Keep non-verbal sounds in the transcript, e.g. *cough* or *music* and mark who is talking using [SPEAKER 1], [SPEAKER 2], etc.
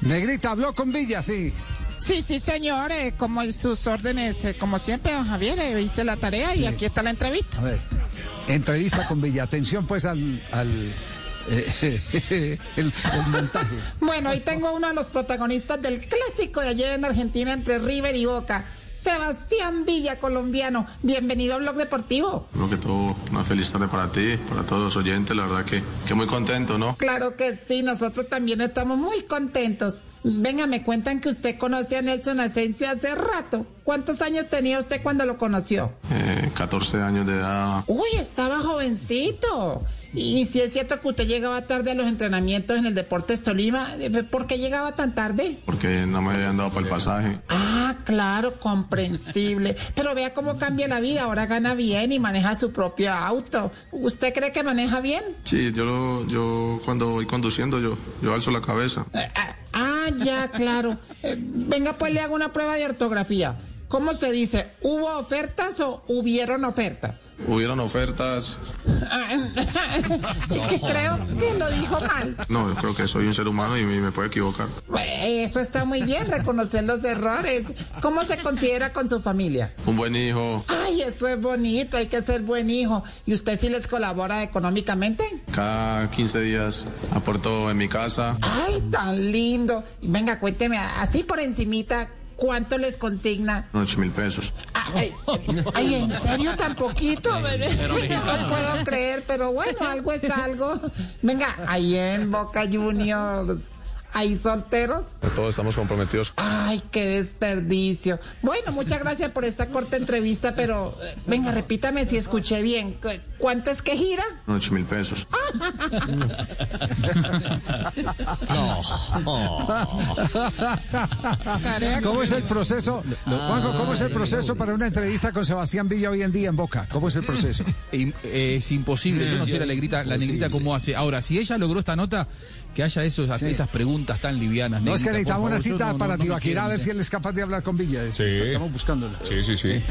[SPEAKER 1] Negrita habló con Villa, sí.
[SPEAKER 2] Sí, sí, señor, eh, como en sus órdenes, eh, como siempre, don Javier, eh, hice la tarea y aquí está la entrevista.
[SPEAKER 1] A ver, entrevista con Villa. Atención pues al, al eh, *laughs* el, el
[SPEAKER 3] *laughs*
[SPEAKER 1] montaje.
[SPEAKER 2] Bueno, hoy tengo uno de los protagonistas del clásico de ayer en Argentina entre River y Boca. Sebastián Villa, colombiano. Bienvenido a Blog Deportivo.
[SPEAKER 4] Creo que todo, una feliz tarde para ti, para todos los oyentes, la verdad que, que muy contento, ¿no?
[SPEAKER 2] Claro que sí, nosotros también estamos muy contentos. Venga, me cuentan que usted conoce a Nelson Asensio hace rato. ¿Cuántos años tenía usted cuando lo conoció?
[SPEAKER 4] Eh, 14 años de edad.
[SPEAKER 2] Uy, estaba jovencito. Y si es cierto que usted llegaba tarde a los entrenamientos en el Deportes Tolima, eh, ¿por qué llegaba tan tarde?
[SPEAKER 4] Porque no me habían dado para el pasaje.
[SPEAKER 2] Ah, claro, comprensible. *laughs* Pero vea cómo cambia la vida. Ahora gana bien y maneja su propio auto. ¿Usted cree que maneja bien?
[SPEAKER 4] Sí, yo, lo- yo cuando voy conduciendo, yo, yo alzo la cabeza.
[SPEAKER 2] Eh, ah, ah, ya, claro. Eh, venga, pues le hago una prueba de ortografía. ¿Cómo se dice? ¿Hubo ofertas o hubieron ofertas? *laughs*
[SPEAKER 4] Hubieron ofertas.
[SPEAKER 2] que creo que lo dijo mal.
[SPEAKER 4] No, yo creo que soy un ser humano y me, me puedo equivocar.
[SPEAKER 2] Eso está muy bien, reconocer los errores. ¿Cómo se considera con su familia?
[SPEAKER 4] Un buen hijo,
[SPEAKER 2] Ay, eso es bonito, hay que ser buen hijo. ¿Y usted sí les colabora económicamente?
[SPEAKER 4] cada 15 días aporto en mi casa.
[SPEAKER 2] Ay, tan lindo. Venga, cuénteme, así por encimita, ¿cuánto les consigna?
[SPEAKER 4] 8 mil pesos.
[SPEAKER 2] Ay, ay, ¿en serio tan poquito? no puedo creer, pero bueno, algo es algo. Venga, ahí en Boca Juniors, ¿hay solteros?
[SPEAKER 4] Todos estamos comprometidos.
[SPEAKER 2] Ay, qué desperdicio. Bueno, muchas gracias por esta corta entrevista, pero eh, venga, repítame si escuché bien. ¿Cu- ¿Cuánto es que gira?
[SPEAKER 4] 8 mil pesos.
[SPEAKER 1] ¿Cómo es el proceso?
[SPEAKER 3] Ah,
[SPEAKER 1] Juanjo, ¿cómo es el proceso para una entrevista con Sebastián Villa hoy en día en Boca? ¿Cómo es el proceso?
[SPEAKER 3] *laughs* Im- eh, Es imposible. Yo no sé la negrita, la negrita cómo hace. Ahora, si ella logró esta nota, que haya esos, esas preguntas tan livianas.
[SPEAKER 1] No es que
[SPEAKER 3] negrita,
[SPEAKER 1] necesitamos
[SPEAKER 3] por
[SPEAKER 1] una
[SPEAKER 3] favor. Yo
[SPEAKER 1] cita
[SPEAKER 3] no- no-
[SPEAKER 1] para
[SPEAKER 3] no me
[SPEAKER 1] Tibaquirá
[SPEAKER 3] quiero
[SPEAKER 1] a ver
[SPEAKER 3] meter.
[SPEAKER 1] si él es capaz de hablar con Villa. es-
[SPEAKER 5] Sí.
[SPEAKER 1] Estamos buscándolo.
[SPEAKER 5] Sí, sí, sí.